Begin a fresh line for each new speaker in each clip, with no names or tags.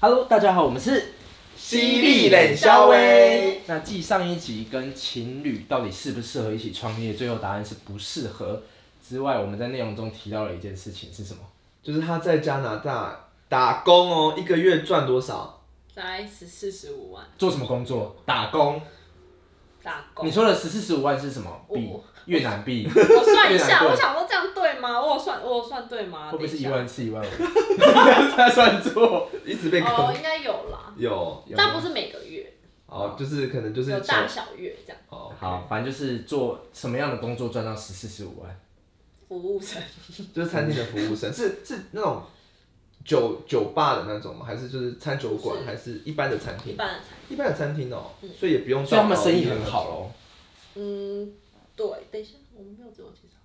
Hello，大家好，我们是
犀利冷肖威。
那继上一集跟情侣到底适不适合一起创业，最后答案是不适合之外，我们在内容中提到了一件事情是什么？
就是他在加拿大打工哦，一个月赚多少？
大概十四十五万
做什么工作？打工。
打工。
你说的十四十五万是什么币
我？
越南币？
我算一
越南
下，
盾
我想说这样对吗？我有算，我有算对吗？
啊会不会是一
等下？
万四一 万五？他算错。
一直被
哦，
坑。
应该有啦，
有，
有
但不是每个月，
哦，就是可能就是
有
手
大小月这样。
好，
好，反正就是做什么样的工作赚到十四十五万？
服务生，
嗯
就是餐厅的服务生，是是那种酒酒吧的那种吗？还是就是餐酒馆，
是
还是一般的餐
一
厅？
般的嗯才。
一般的餐厅哦，所以也不用到
所以他们
劳
生
力
意
的
很
那种
好，喽。
嗯，对，等一下，我们没有自我介绍。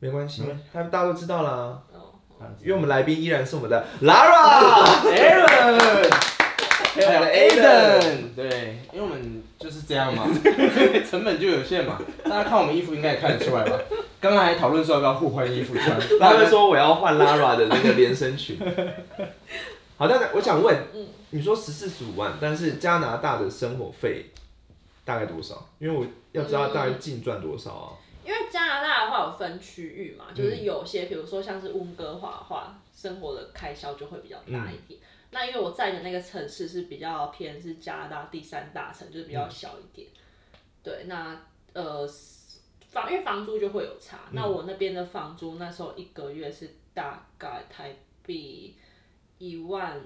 没关系，
嗯
他们大家都知道啦。
哦，
因为我们来宾依然是我们的 Lara，
Aaron，还
有我们的 Aiden
对，因为我们就是这样嘛， 成本就有限嘛。大家看我们衣服应该也看得出来吧？刚刚还讨论说要不要互换衣服穿，
他们说我要换 Lara 的那个连身裙。好，但是我想问，
嗯，
你说十四十五万，但是加拿大的生活费大概多少？因为我要知道大概净赚多少啊。
因为加拿大的话有分区域嘛，就是有些，比如说像是温哥华的话，生活的开销就会比较大一点。那因为我在的那个城市是比较偏是加拿大第三大城，就是比较小一点。对，那呃房因为房租就会有差。那我那边的房租那时候一个月是大概台币一万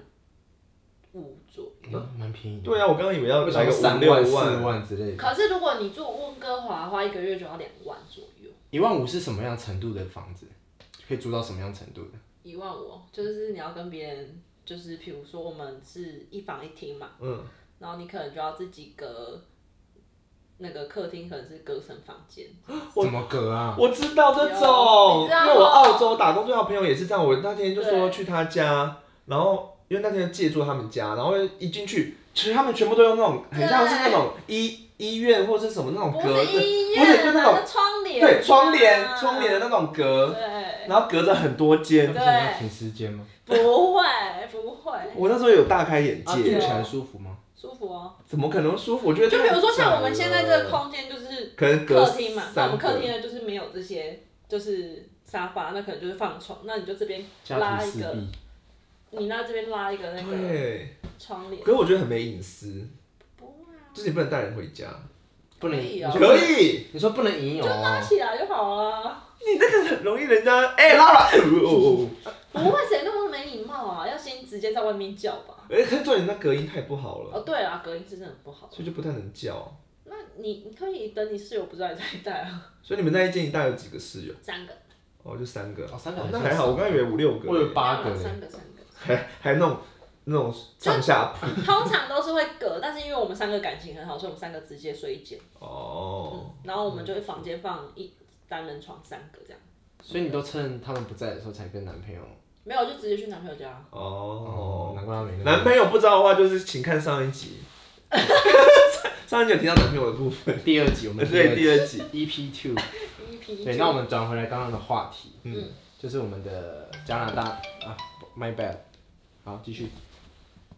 五左右。
嗯蛮便宜的，
对啊，我啊刚刚以为要
为什
来个
么
五
三
六
万四
万，
万之类的？
可是如果你住温哥华的话，一个月就要两万左右。
一万五是什么样程度的房子？可以租到什么样程度的？
一万五，就是你要跟别人，就是比如说我们是一房一厅嘛，
嗯，
然后你可能就要自己隔那个客厅，可能是隔成房间。
我
怎么隔啊？
我知道这
有
种，
你知道
因为我澳洲打工最好的朋友也是这样。我那天就说
对
去他家，然后因为那天借住他们家，然后一进去，其实他们全部都用那种很像是那种医医院或是什么那种
不
哦隔的，
是医
不是就
院，
那种
是窗帘、啊
对窗帘窗帘。的那种隔，
对，
然后隔着很多间。
对
要停尸间吗？
不会不会，
我那时候有大开眼
哎
啊，住起
界，
来舒服吗？
舒服哦。
怎么可能舒服？我觉得
就比如说像我们
太
现在
窄
这
了
个，空间就是
可能隔
客厅嘛，那我
三
们客
个
厅呢就是没有这些，就是沙发，那可能就是放床，那你就这边
家
拉
徒
一
四
个，
壁，
你那这边拉一个那个
对，
窗帘
可。是我觉得很没隐私，
不会啊，
就是你不能带人回家。
不能
可以哦
你说
可以，
你说不能引诱
就拉
啊？
起来就好 了。
很容易人家哎拉了，哎哦哦哦，
不会，谁那么没礼貌啊？要先直接在外面叫吧。
哎，可是重点那隔音太不好了，
哦，对啦，隔音是真的不好。
所以就不太能叫。
那你你可以等你室友不在再带啊。
所以你们那一间一大概有几个室友？
三个，
哦，就三个。
哦三个
哦
很
那
少
还好，我刚以为五六
我以为
个，
八个欸
没有
嘞。
啦三个，三个。
还还那种那种上下铺。
通常都是会隔，但是因为我们三个感情很好，所以我们三个直接睡一间。
哦，
嗯，然后我们就会房间放一单人床三个这样。
所以你都趁他们不在的时候才跟男朋友。
没有，就直接去男朋友家。嗯
哦，
难怪他没那个
男朋友不知道的话，就是请看上一集。上一集有提到男朋友的部分，
第二集，我们
对第
二
二集。E
EP two。
一 P
对，那我们转回来刚刚的话题，
嗯，
就是我们的加拿大啊，my bad。好，继续。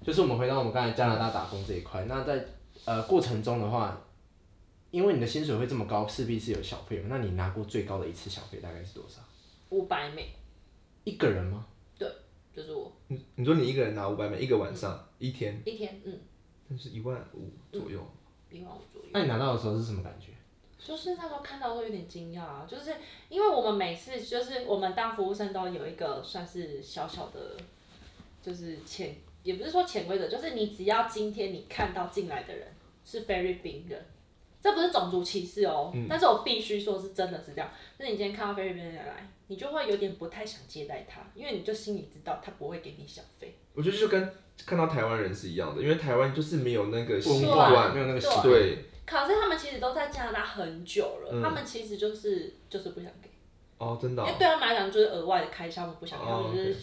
就是我们回到我们刚才加拿大打工这一块，那在呃过程中的话，因为你的薪水会这么高，势必是有小费嘛。那你拿过最高的一次小费大概是多少？
五百美，
一个人吗？
就是我
你你说你一个人拿五百美一个晚上一天，
一天，嗯，
那就是一万五左右。
一万五左右。
那你拿到的时候是什么感觉？
就是那时候看到会有点惊讶啊，就是因为我们每次就是我们当服务生都有一个算是小小的，就是潜也不是说潜规则，就是你只要今天你看到进来的人是菲律宾人，这不是种族歧视哦，但是我必须说是真的是这样，就是你今天看到菲律宾人来，你就会有点不太想接待他，因为你就心里知道他不会给你小费，
我觉得就跟看到台湾人是一样的，因为台湾就是没有那个习
文
惯
化，没有那个习惯。
啊
对，
可是他们其实都在加拿大很久了，他们其实就是就是不想给。
哦，真的
因
哦、
为对他们来讲就是额外的开销，我们不想要，
哦
我们就是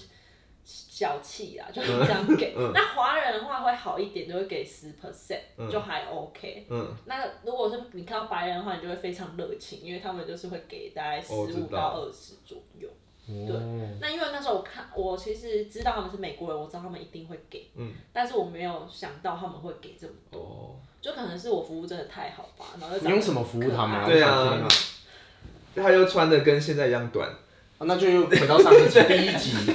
小气啊，就是这样给。那华人的话会好一点，就会给十 percent，、就还 OK。
嗯，
那如果是你看到白人的话，你就会非常热情，因为他们就是会给大概十
哦我知
五
道
到二十左右。
哦，
那因为那时候我看，我其实知道他们是美国人，我知道他们一定会给，嗯，但是我没有想到他们会给这么多，
哦，
就可能是我服务真的太好吧，然后就
你用什么服务他们啊？
对
我
啊
想听啊，
他又穿的跟现在一样短，
啊那就又回到上一集第一集，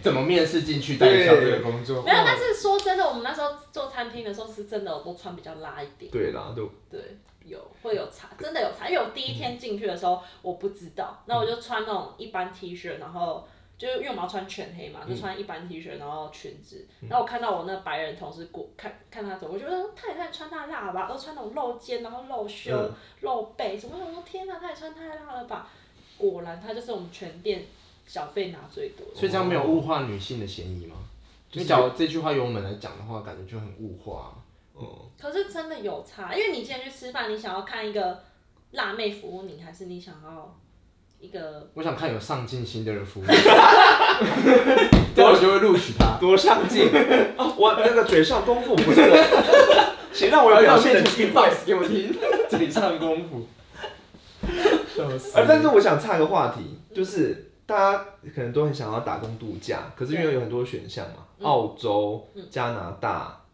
怎么面试进去代销这个工作
没？有，但是说真的，我们那时候做餐厅的时候是真的都穿比较拉一点，
对啦，都
对，有会有差，真的有差，因为我第一天进去的时候我不知道，那我就穿那种一般 T 恤，然后就因为我们要穿全黑嘛，
嗯
就穿一般 T 恤，然后裙子，然后我看到我那白人同事过看看他走，我觉得他也太穿太辣了吧，都穿那种露肩，然后露胸、
嗯
露背，什么我想说哦天哪，他也穿太辣了吧，果然他就是我们全店小费拿最多的，
所以这样没有物化女性的嫌疑吗？
就
就是是假如这句话由我们来讲的话，感觉就很物化啊。
哦，
可是真的有差，因为你今天去吃饭，你想要看一个辣妹服务你，还是你想要一个
我想看有上进心的人 服务，这样我就会录取他。
多上进哦，我那个嘴上功夫不错，请让我有表
啊
现的机会。
box 给我 听，嘴上啊功夫， 笑死
呃，但是我想岔个话题，就是大家可能都很想要打工度假，可是因为有很多选项嘛，
嗯
澳洲、加拿大，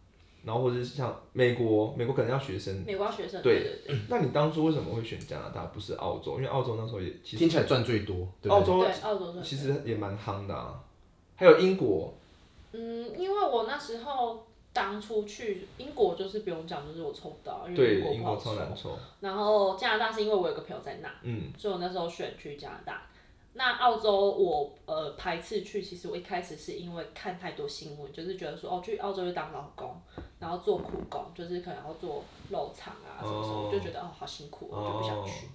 然后或者是像美国，美国可能要学生。
美国学生？
嗯对
对对对，
那你当初为什么会选加拿大，不是澳洲？因为澳洲那时候也其实
听起来赚最多，对
澳
不对？
洲
对澳洲生。
其实也蛮夯的啊，还有英国，
嗯，因为我那时候当初去英国就是不用讲，就是我抽不到，因为
对，英
哦英
国
国
超
不好抽。
难抽，
然后加拿大是因为我有个朋友在那，
嗯，
所以我那时候选去加拿大。那澳洲我呃排斥去，其实我一开始是因为看太多新闻，就是觉得说哦去澳洲就当劳工，然后做苦工，就是可能要做肉场啊什么什么，我就觉得哦好辛苦，我就不想去。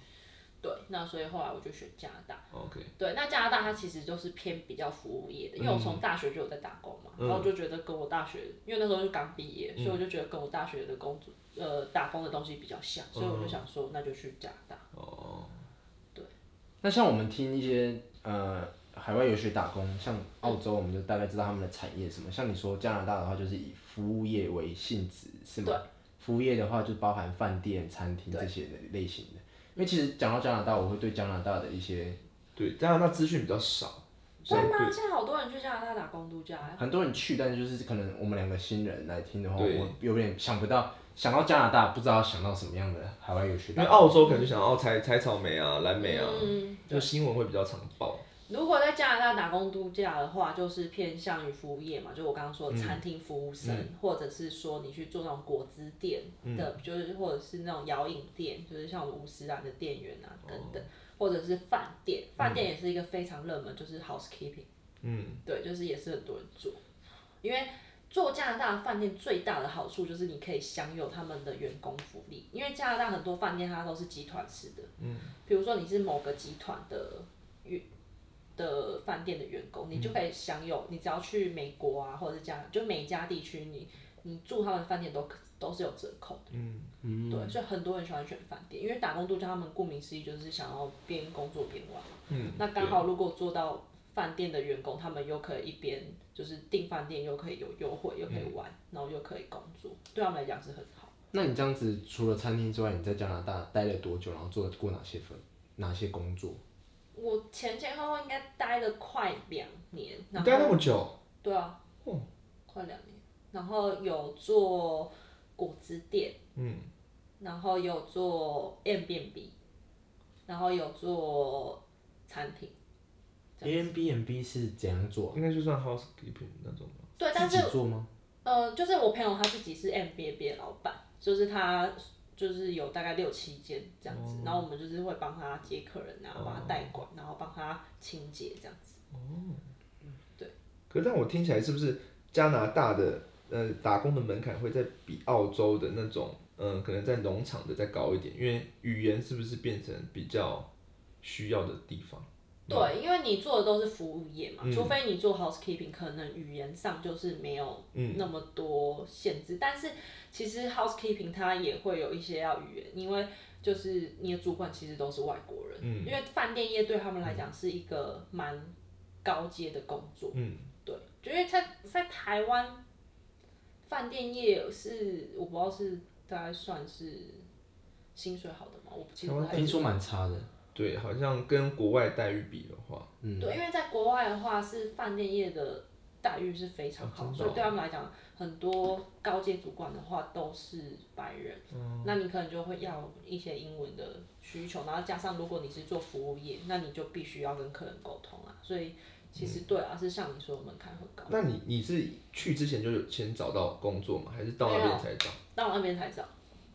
对，那所以后来我就选加拿大。
OK，
对，那加拿大它其实就是偏比较服务业的，因为我
嗯
从大学就有在打工嘛，然后我就觉得跟我大学，因为那时候就刚毕业，所以我就觉得跟我大学的工作呃打工的东西比较像，所以我就想说那就去加拿大。
哦，
那像我们听一些呃海外游学打工，像澳洲，我们就大概知道他们的产业是什么。像你说加拿大的话，就是以服务业为性质，是吗？服务业的话，就包含饭店、餐厅这些的类型的。因为其实讲到加拿大，我会对加拿大的一些
对，加拿大资讯比较少，嗯
会吗？现在好多人去加拿大打工度假欸，
很多人去，但是就是可能我们两个新人来听的话，
对
我有点想不到，想到加拿大不知道想到什么样的海外游学
因
打
为
工。
澳洲可能就想要采采草莓啊、蓝莓啊，
嗯，
就新闻会比较常报。
如果在加拿大打工度假的话，就是偏向于服务业嘛，就我刚刚说的餐厅服务生，或者是说你去做那种果汁店的，就是或者是那种摇饮店，就是像我们五十兰的店员啊等等，或者是饭店，饭店也是一个非常热门，就是 housekeeping，
嗯，
对，就是也是很多人做，因为。做加拿大饭店最大的好处就是你可以享有他们的员工福利，因为加拿大很多饭店它都是集团式的，嗯，比如说你是某个集团的的饭店的员工，你就可以享有，你只要去美国啊，或者是加拿，就每一家地区你，你住他们的饭店都可都是有折扣的。嗯，对，所以很多人喜欢选饭店，因为打工度假他们顾名思义就是想要边工作边玩。
嗯，
啊那刚好如果做到饭店的员工，他们又可以一边就是订饭店，又可以有优惠，又可以
嗯
玩，然后又可以工作，对他们来讲是很好。
那你这样子，除了餐厅之外，你在加拿大待了多久？然后做过哪些份哪些工作？
我前前后后应该待了快两年，
你
然后
待那么久，
对啊，
哦
快两年。然后有做果汁店，
嗯，
然后有做 M 变 B，然后有做餐厅。这
a m b n b 是怎样做？
应该就算 housekeeping 那种吧。
对，但
自
是
己做吗？
呃，就是我朋友他自己是 M B B 的老板，就是他就是有大概六七间这样子，然后我们就是会帮他接客人啊，帮他代管，然后帮他清洁这样子。
可是但我听起来是不是加拿大的呃打工的门槛会再比澳洲的那种嗯、呃可能在农场的再高一点？因为语言是不是变成比较需要的地方？
对，因为你做的都是服务业嘛，
嗯
除非你做 housekeeping，可能语言上就是没有那么多限制。但是其实 housekeeping 它也会有一些要语言，因为就是你的主管其实都是外国人，因为饭店业对他们来讲是一个蛮高阶的工作。
嗯，
对，就因为在在台湾，饭店业是我不知道是大概算是薪水好的嘛，我其实
台
不
湾
太嗯
听说蛮差的，
对，好像跟国外待遇比的话，
对，因为在国外的话是饭店业的待遇是非常好，
哦真的哦
所以对他们来讲，很多高阶主管的话都是白人，那你可能就会要一些英文的需求，然后加上如果你是做服务业，那你就必须要跟客人沟通啊，所以其实对啊，是像你说的门槛很高，
那你你是去之前就有先找到工作吗？还是到那边才找？
到那边才知道，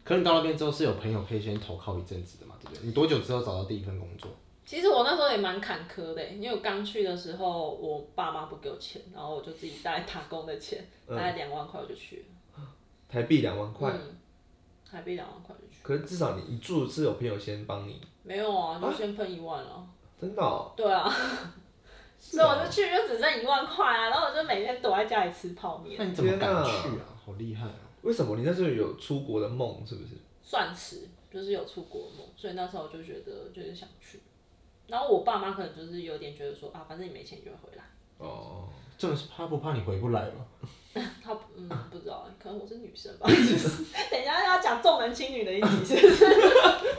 可能到那边之后是有朋友可以先投靠一阵子的嘛，对不对？你多久之后找到第一份工作？
其实我那时候也蛮坎坷的，因为我刚去的时候，我爸妈不给我钱，然后我就自己带打工的钱，大概两万块我就去了，
呃台币两万块，
嗯，台币两万块就去了。
可是至少你你住是有朋友先帮你，
没有啊，就先喷一万了。
真的哦、啊
对啊，所以我就去就只剩一万块啊，然后我就每天躲在家里吃泡面，
那你怎么敢去
天
啊？好厉害啊！
为什么你那时候有出国的梦？是不是？
算是就是有出国梦，所以那时候就觉得就是想去。然后我爸妈可能就是有点觉得说啊，反正你没钱你就会回来。
哦，
这种是怕不怕你回不来吗？
他嗯不知道，可能我是女生吧。 就是等一下要讲重男轻女的一集是不是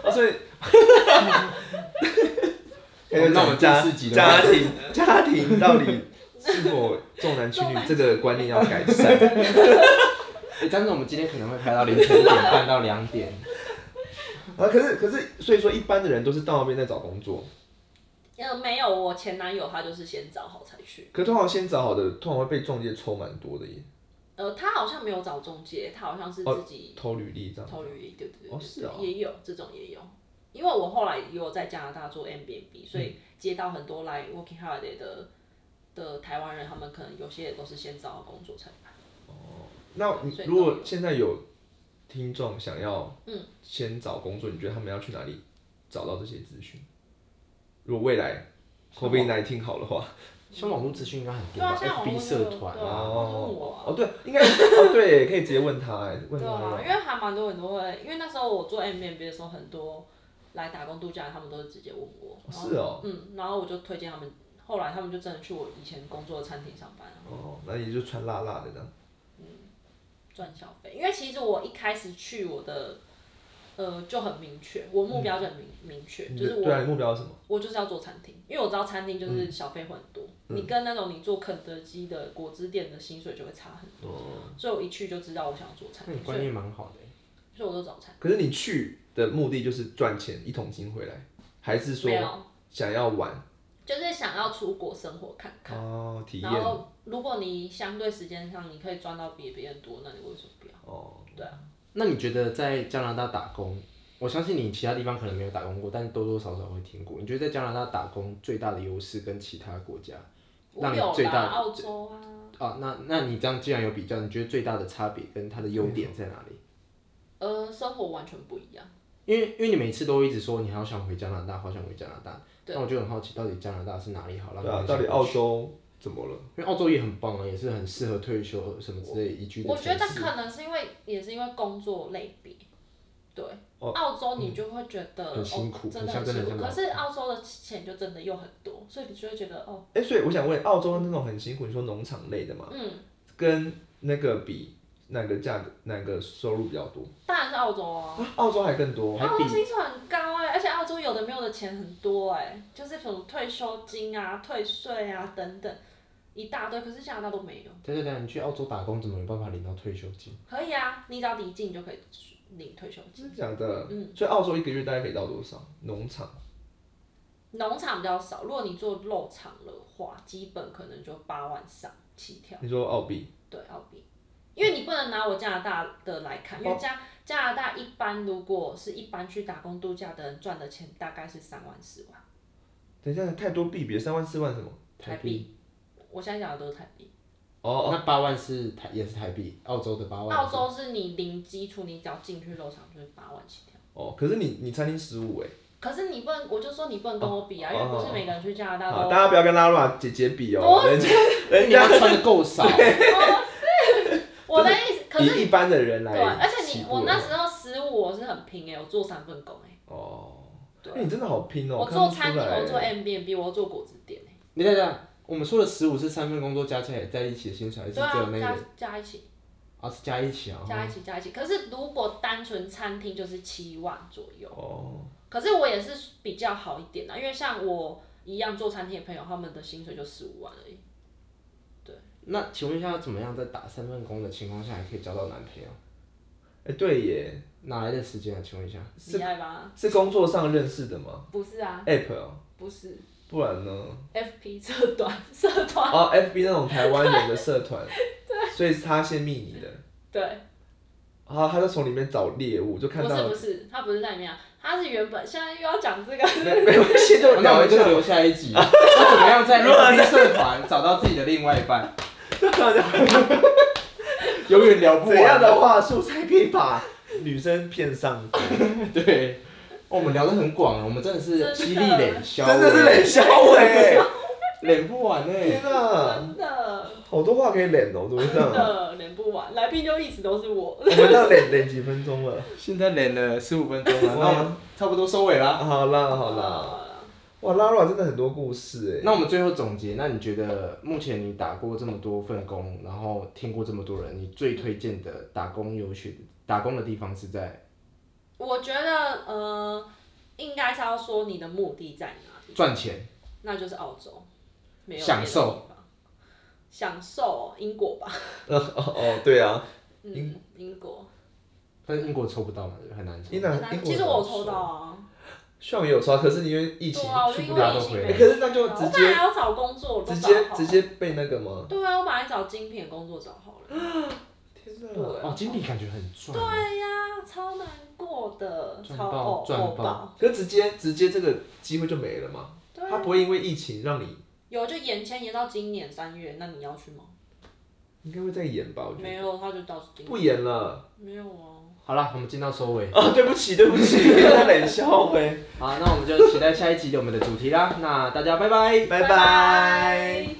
哦 所以，
哦那我们
家
第四集了
哎家庭家庭到底是否重男轻女这个观念要改 善？
哎、但是我们今天可能会拍到凌晨一点半到两点。
啊，可是可是，所以说一般的人都是到那边再找工作，
呃，没有，我前男友他就是先找好才去。
可通常先找好的，通常会被中介抽蛮多的耶，
呃，他好像没有找中介，他好像是自己
投履历这样。
投履历，对对对，
哦
对
是哦
也有这种也有，因为我后来也有在加拿大做 M B
嗯
B，所以接到很多来 working holiday 的的台湾人，他们可能有些也都是先找到工作才来。
那你
所以嗯
如果现在有听众想要先找工作，你觉得他们要去哪里找到这些资讯？如果未来 COVID 1 9好的话，
像网络资讯应该很多
对啊
吧
像网络
？FB 社团
对啊
啊，
问我
哦
啊
哦对，应该是哦对，可以直接问他哎，问
对
他哦
啊，因为还蛮多人都会，因为那时候我做 M B B 的时候，很多来打工度假的，他们都是直接问我，然后
是哦
嗯，然后我就推荐他们，后来他们就真的去我以前工作的餐厅上班啊。
哦，那你就穿辣辣的这样，
赚小费，因为其实我一开始去我的，呃，就很明确，我目标就很明、明确，
你
就
的
是
对
我
啊，你目标是什么？嗯
我就是要做餐厅，因为我知道餐厅就是小费会很多，你跟那种你做肯德基的果汁店的薪水就会差很多，
哦
所以我一去就知道我想要做餐
那你
厅，
观念蛮好的
嗯
欸、
所以我都找餐
可是你去的目的就是赚钱一桶金回来，还是
厅，
说
没有，
想要玩
就是想要出国生活看看。
哦体
然
验
后，如果你相对时间上你可以赚到比别人多，那你为什么不要？
哦？
对啊，
那你觉得在加拿大打工，我相信你其他地方可能没有打工过，但多多少少会听过。你觉得在加拿大打工最大的优势跟其他国家
我
让你
有
最
啦，
大的
澳洲啊，
啊？那那你这样既然有比较，你觉得最大的差别跟它的优点在哪里？
呃，生活完全不一样。
因为因为你每次都一直说你好想回加拿大，好想回加拿大，
对
那我就很好奇到底加拿大是哪里好让
对啊，
你
到
想
底澳洲怎么了？
因为澳洲也很棒啊，也是很适合退休什么之类宜居的
我
城
觉得
市
可能是因为也是因为工作类别，对，
哦
澳洲你就会觉得、
嗯很辛苦
哦、真
很
的
像
很辛
真的
苦。
很
可
像
是澳洲的钱就真的又很多，所以你就会觉得哦，
哎、所以我想问，澳洲那种很辛苦，你说农场类的嘛，
嗯，
跟那个比，哪个价格哪个收入比较多？
当然是澳洲啊。
啊澳洲还更多，
还
澳
比
洲薪水很高哎、而且澳洲有的没有的钱很多哎、就是什么退休金啊、退税啊等等一大堆，可是加拿大都没有。
对对对，你去澳洲打工怎么有办法领到退休金？
可以啊，你只要离境就可以领退休金。
真的假的？嗯，所以澳洲一个月大概可以到多少？农场
农场比较少，如果你做肉场的话，基本可能就八万上起跳。
你说澳币？
对，澳币，因为你不能拿我加拿大的来看，因
哦
为加、加拿大一般如果是一般去打工度假的人赚的钱大概是三万四万
等一下，太多币别三万四万什么？
台币，
币，我现在讲的都是台币。
哦，
那八万是台也是台币，澳洲的八万。
澳洲是你零基础，你只要进去肉场就是八万起跳。
哦，可是你你餐厅十五哎，
可是你不能，我就说你不能跟我比啊，
哦
因为不是每个人去加拿大
好，
都。
大家不要跟拉拉姐姐比哦，
不
人家人
你要
家
穿的够 少，
哦我的意思，可是
以一般的人来
对，啊而且
起
你
步
我那
了
时候十五我是很拼欸诶、我做三份工诶、
哦，
对啊
哎，你真的好拼哦，
我
看不
做
出
餐厅，
来
我做
哎
M B N B，我做果汁店诶、
你等等，我们说的十五是三份工作加起来在一起的薪水，还是只
对
有
啊，
那
加
个？
加一起。
啊，是加一起啊。
加一起加一起。可是如果单纯餐厅就是七万左右，
哦，
可是我也是比较好一点的，啊因为像我一样做餐厅的朋友，他们的薪水就十五万而已。
那请问一下，怎么样在打三份工的情况下还可以交到男朋友？
哎、对耶，
哪来的时间啊？请问一下，
厉害吧？
是工作上认识的吗
不是啊，
？App 哦，
不是
不然呢？
FP 社团社 团
哦，FB 那种台湾人的社 团，所以是他先密你的，
对，
然后他就从里面找猎物，就看
不
到
是不是，他不是在里面啊，他是原本现在又要讲这个，
没没关系，就
那我
聊
们
一
就
下，
留下一集，他怎么样在 FB 社团找到自己的另外一半？永远聊不
怎样
完
的话术才可以把女生骗上钩？
对，哦我们聊得很广，我们真的是
真的
犀利脸消，
真的是冷笑伟，
脸不完欸呢、
天哪，
真的
好多话可以冷哦，怎么会这
真
样？
的连不
嗯
完，来宾就一直都是我
我。们这样冷冷几分钟了？
现在冷了十五分钟了，那
哇
我们差不多收尾啦。
好啦好啦，哇，Lara 真的很多故事哎，
那我们最后总结，那你觉得目前你打过这么多份工，然后听过这么多人，你最推荐的打工游学打工的地方是在
我觉得呃，应该是要说你的目的在哪里，
赚钱？
那就是澳洲，没有
享受
别的地方，享受英国吧，
哦哦对啊，
嗯，英国，
但是英国抽不到嘛，很难抽
英。南英国
其实我有抽到啊，
炫也有抽到，可是你因为疫情
对啊，我就
去
因
不
为
了
疫
都
情
回来
没
欸可是那就
去啊
直
我
接
本来要找工作，我都
直
找
接
好
直
了
接被那个吗？
对啊，我本来找精品的工作找好了。
天
对
哪！
啊
哦，精品感觉很赚。对，
对呀，超难过的，
赚
超
爆
偶
赚
偶
爆
爆。
可是直接直接这个机会就没了嘛？
对
他
啊，
不会因为疫情让你，
有就延签延到今年三月，那你要去吗？
应该会再演吧？我觉
没
得
有，他就到今
不演了
没有啊。
好了，我们进到收尾。
啊！对不起，对不 起，在冷笑 呗。
好，那我们就期待下一集的我们的主题啦。那大家拜拜。
拜拜。